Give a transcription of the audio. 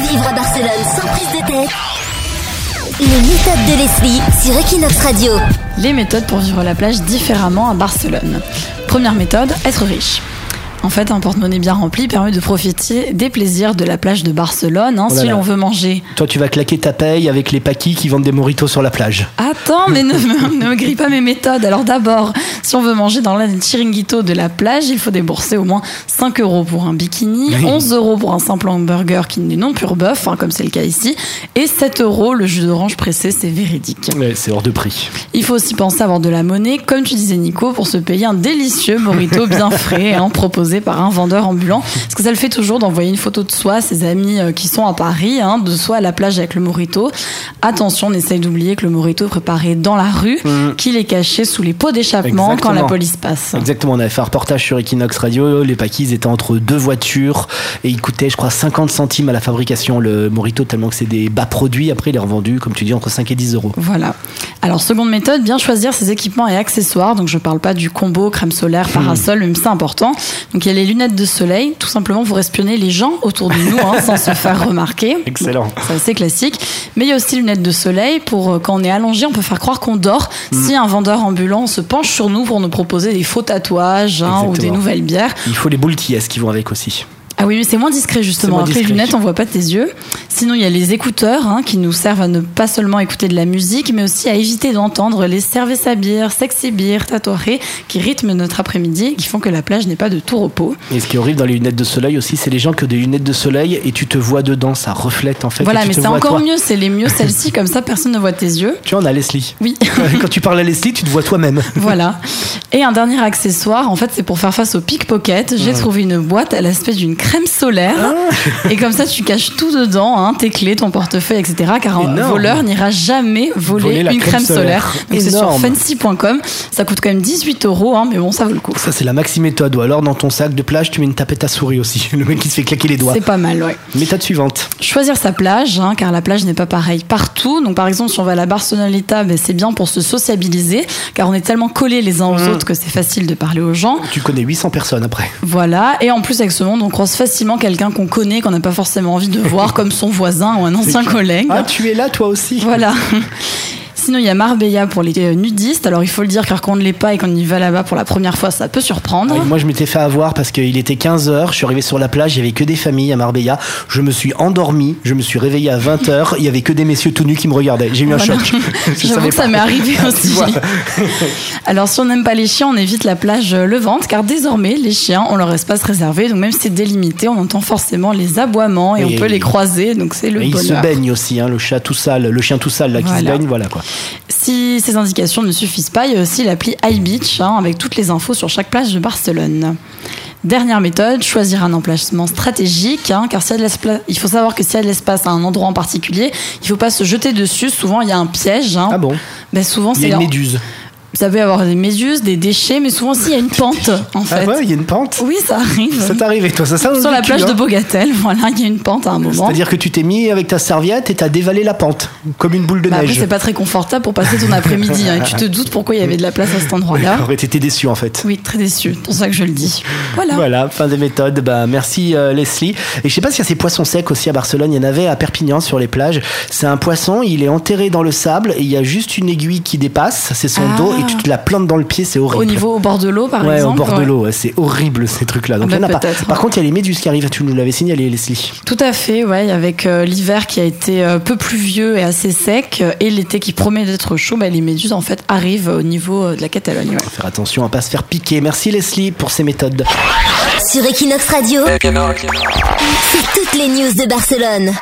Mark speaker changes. Speaker 1: Barcelone sans prise de tête. Les méthodes de Leslie sur Equinox Radio.
Speaker 2: Les méthodes pour vivre la plage différemment à Barcelone. Première méthode, être riche. En fait, un porte-monnaie bien rempli permet de profiter des plaisirs de la plage de Barcelone hein,
Speaker 3: Oh là
Speaker 2: si
Speaker 3: là.
Speaker 2: l'on veut manger.
Speaker 3: Toi, tu vas claquer ta paye avec les paquis qui vendent des moritos sur la plage.
Speaker 2: Attends, mais ne, me- ne me grille pas mes méthodes. Alors d'abord, si on veut manger dans la chiringuito de la plage, il faut débourser au moins 5 euros pour un bikini,
Speaker 3: Oui.
Speaker 2: 11 euros pour un simple hamburger qui n'est non pur bœuf, hein, comme c'est le cas ici, et 7 euros le jus d'orange pressé, c'est véridique.
Speaker 3: Ouais, c'est hors de prix.
Speaker 2: Il faut aussi penser à avoir de la monnaie, comme tu disais Nico, pour se payer un délicieux burrito bien frais, hein, proposé par un vendeur ambulant. Parce que ça le fait toujours d'envoyer une photo de soi à ses amis euh, qui sont à Paris, hein, de soi à la plage avec le morito. Attention, on essaye d'oublier que le morito est préparé dans la rue, qu'il est caché sous les pots d'échappement quand la
Speaker 3: Exactement.
Speaker 2: police passe.
Speaker 3: Exactement, on avait fait un reportage sur Equinox Radio. Les paquis étaient entre deux voitures et ils coûtaient, je crois, 50 centimes à la fabrication, le morito, tellement que c'est des bas produits. Après, il est revendu, comme tu dis, entre 5 et 10 euros.
Speaker 2: Voilà. Alors, seconde méthode, bien choisir ses équipements et accessoires. Donc, je parle pas du combo crème
Speaker 3: Hmm.
Speaker 2: solaire, parasol, même c'est important. Donc, il y a les lunettes de soleil, tout simplement pour espionner les gens autour de nous hein, sans se faire remarquer.
Speaker 3: Excellent.
Speaker 2: C'est assez classique. Mais il y a aussi les lunettes de soleil pour euh, quand on est allongé, on peut faire croire qu'on dort.
Speaker 3: Hmm.
Speaker 2: Si un vendeur ambulant se penche sur nous pour nous proposer des faux tatouages hein, ou des
Speaker 3: Exactement.
Speaker 2: nouvelles bières,
Speaker 3: Il faut les boules TS qui vont avec aussi.
Speaker 2: ah oui, mais c'est moins discret justement.
Speaker 3: C'est moins
Speaker 2: Après les
Speaker 3: discret.
Speaker 2: lunettes, on voit pas tes yeux. Sinon, il y a les écouteurs hein, qui nous servent à ne pas seulement écouter de la musique, mais aussi à éviter d'entendre les cerveza beer, sexy beer, tatoués qui rythment notre après-midi et qui font que la plage n'est pas de tout repos.
Speaker 3: Et ce qui est horrible dans les lunettes de soleil aussi, c'est les gens qui ont des lunettes de soleil et tu te vois dedans, ça reflète en fait. et
Speaker 2: voilà,
Speaker 3: tu
Speaker 2: mais
Speaker 3: te
Speaker 2: c'est
Speaker 3: vois,
Speaker 2: encore
Speaker 3: toi.
Speaker 2: mieux. C'est les mieux celles-ci, comme ça personne ne voit tes yeux.
Speaker 3: Tu en as Leslie.
Speaker 2: Oui.
Speaker 3: Quand tu parles à Leslie, tu te vois toi-même.
Speaker 2: Voilà. Et un dernier accessoire, en fait, c'est pour faire face au pickpocket. J'ai trouvé une boîte à l'aspect d'une crème solaire.
Speaker 3: Ah.
Speaker 2: Et comme ça, tu caches tout dedans, hein, tes clés, ton portefeuille, etc. Car un
Speaker 3: Énorme.
Speaker 2: voleur n'ira jamais voler,
Speaker 3: Voler la
Speaker 2: une crème,
Speaker 3: crème
Speaker 2: solaire.
Speaker 3: solaire.
Speaker 2: Donc c'est sur
Speaker 3: Énorme.
Speaker 2: fancy.com. Ça coûte quand même 18 euros, hein, mais bon, ça vaut le coup.
Speaker 3: Ça, c'est la maxi méthode. Ou alors, dans ton sac de plage, tu mets une tapette à souris aussi. Le mec qui se fait claquer les doigts.
Speaker 2: C'est pas mal, ouais.
Speaker 3: Méthode suivante.
Speaker 2: Choisir sa plage, hein, car la plage n'est pas pareille partout. Donc, par exemple, si on va à la Barceloneta, ben, c'est bien pour se sociabiliser, car on est tellement collés les uns aux
Speaker 3: Mmh.
Speaker 2: autres que c'est facile de parler aux gens.
Speaker 3: Tu connais 800 personnes après.
Speaker 2: Voilà, et en plus avec ce monde, on croise facilement quelqu'un qu'on connaît, qu'on n'a pas forcément envie de voir, comme son voisin ou un ancien collègue.
Speaker 3: Ah, tu es là, toi aussi.
Speaker 2: Voilà. Sinon, il y a Marbella pour les euh, nudistes. Alors, il faut le dire, car quand on ne l'est pas et qu'on y va là-bas pour la première fois, ça peut surprendre.
Speaker 3: Ah, et moi, je m'étais fait avoir parce qu'il était 15h. Je suis arrivé sur la plage. Il y avait que des familles à Marbella. Je me suis endormi. Je me suis réveillé à 20h. Il y avait que des messieurs tout nus qui me regardaient. J'ai eu un
Speaker 2: Voilà.
Speaker 3: choc. Je
Speaker 2: J'avoue
Speaker 3: savais
Speaker 2: que ça
Speaker 3: pas.
Speaker 2: m'est arrivé aussi.
Speaker 3: vois.
Speaker 2: Alors, si on n'aime pas les chiens, on évite la plage euh, Levante, car désormais, les chiens ont leur espace réservé. Donc, même si c'est délimité, on entend forcément les aboiements et, on
Speaker 3: Et-
Speaker 2: peut les croiser. Donc, c'est le
Speaker 3: Et il se
Speaker 2: bonheur.
Speaker 3: baigne aussi, hein, le chat tout sale, le chien tout sale là, qui se
Speaker 2: Voilà.
Speaker 3: baigne, voilà quoi.
Speaker 2: Si ces indications ne suffisent pas, il y a aussi l'appli iBeach hein, avec toutes les infos sur chaque plage de Barcelone. Dernière méthode, choisir un emplacement stratégique, hein, car s'il y a de l'espace- il faut savoir que s'il y a de l'espace à un endroit en particulier, il ne faut pas se jeter dessus. Souvent, il y a un piège. hein.
Speaker 3: Ah bon
Speaker 2: Ben, souvent,
Speaker 3: Il y a
Speaker 2: c'est-
Speaker 3: une méduse.
Speaker 2: ça peut avoir des méduses, des déchets, mais souvent, s'il y a une pente, en
Speaker 3: Ah
Speaker 2: fait.
Speaker 3: ouais, il y a une pente
Speaker 2: Oui, ça arrive.
Speaker 3: Ça t'est arrivé, toi, ça, hein ça
Speaker 2: Sur la plage de Bogatelle, voilà, il y a une pente à un moment.
Speaker 3: C'est-à-dire que tu t'es mis avec ta serviette et t'as dévalé la pente, comme une boule de
Speaker 2: Bah, après,
Speaker 3: neige.
Speaker 2: c'est pas très confortable pour passer ton après-midi. hein, et tu te doutes pourquoi il y avait de la place à cet endroit-là.
Speaker 3: Aurait été déçu en fait.
Speaker 2: Oui, très déçu. C'est pour ça que je le dis. Voilà.
Speaker 3: Voilà, fin des méthodes. Bah, merci euh, Leslie. Et je sais pas s'il y a ces poissons secs aussi à Barcelone. Il y en avait à Perpignan sur les plages. C'est un poisson, il est enterré dans le sable et il y a juste une aiguille qui dépasse. C'est son
Speaker 2: Ah.
Speaker 3: dos et tu te la plantes dans le pied. C'est horrible.
Speaker 2: Au niveau au bord de l'eau, par
Speaker 3: ouais,
Speaker 2: exemple.
Speaker 3: au bord de
Speaker 2: ouais.
Speaker 3: l'eau. ouais, C'est horrible ces trucs-là. Donc
Speaker 2: Ah
Speaker 3: il y
Speaker 2: bah,
Speaker 3: en a pas.
Speaker 2: peut-être,
Speaker 3: Par
Speaker 2: ouais.
Speaker 3: contre, il y a les méduses qui arrivent. Tu nous l'avais signalé, Leslie.
Speaker 2: Tout à fait, ouais, avec euh, l'hiver qui a été euh, peu pluvieux et assez sec, euh, et l'été qui promet d'être chaud, bah, les méduses, en fait, arrivent euh, au niveau euh, de la Catalogne. ouais.
Speaker 3: Faut faire attention à pas se faire piquer. Merci Leslie pour ces méthodes.
Speaker 1: Sur Equinox Radio, c'est toutes les news de Barcelone.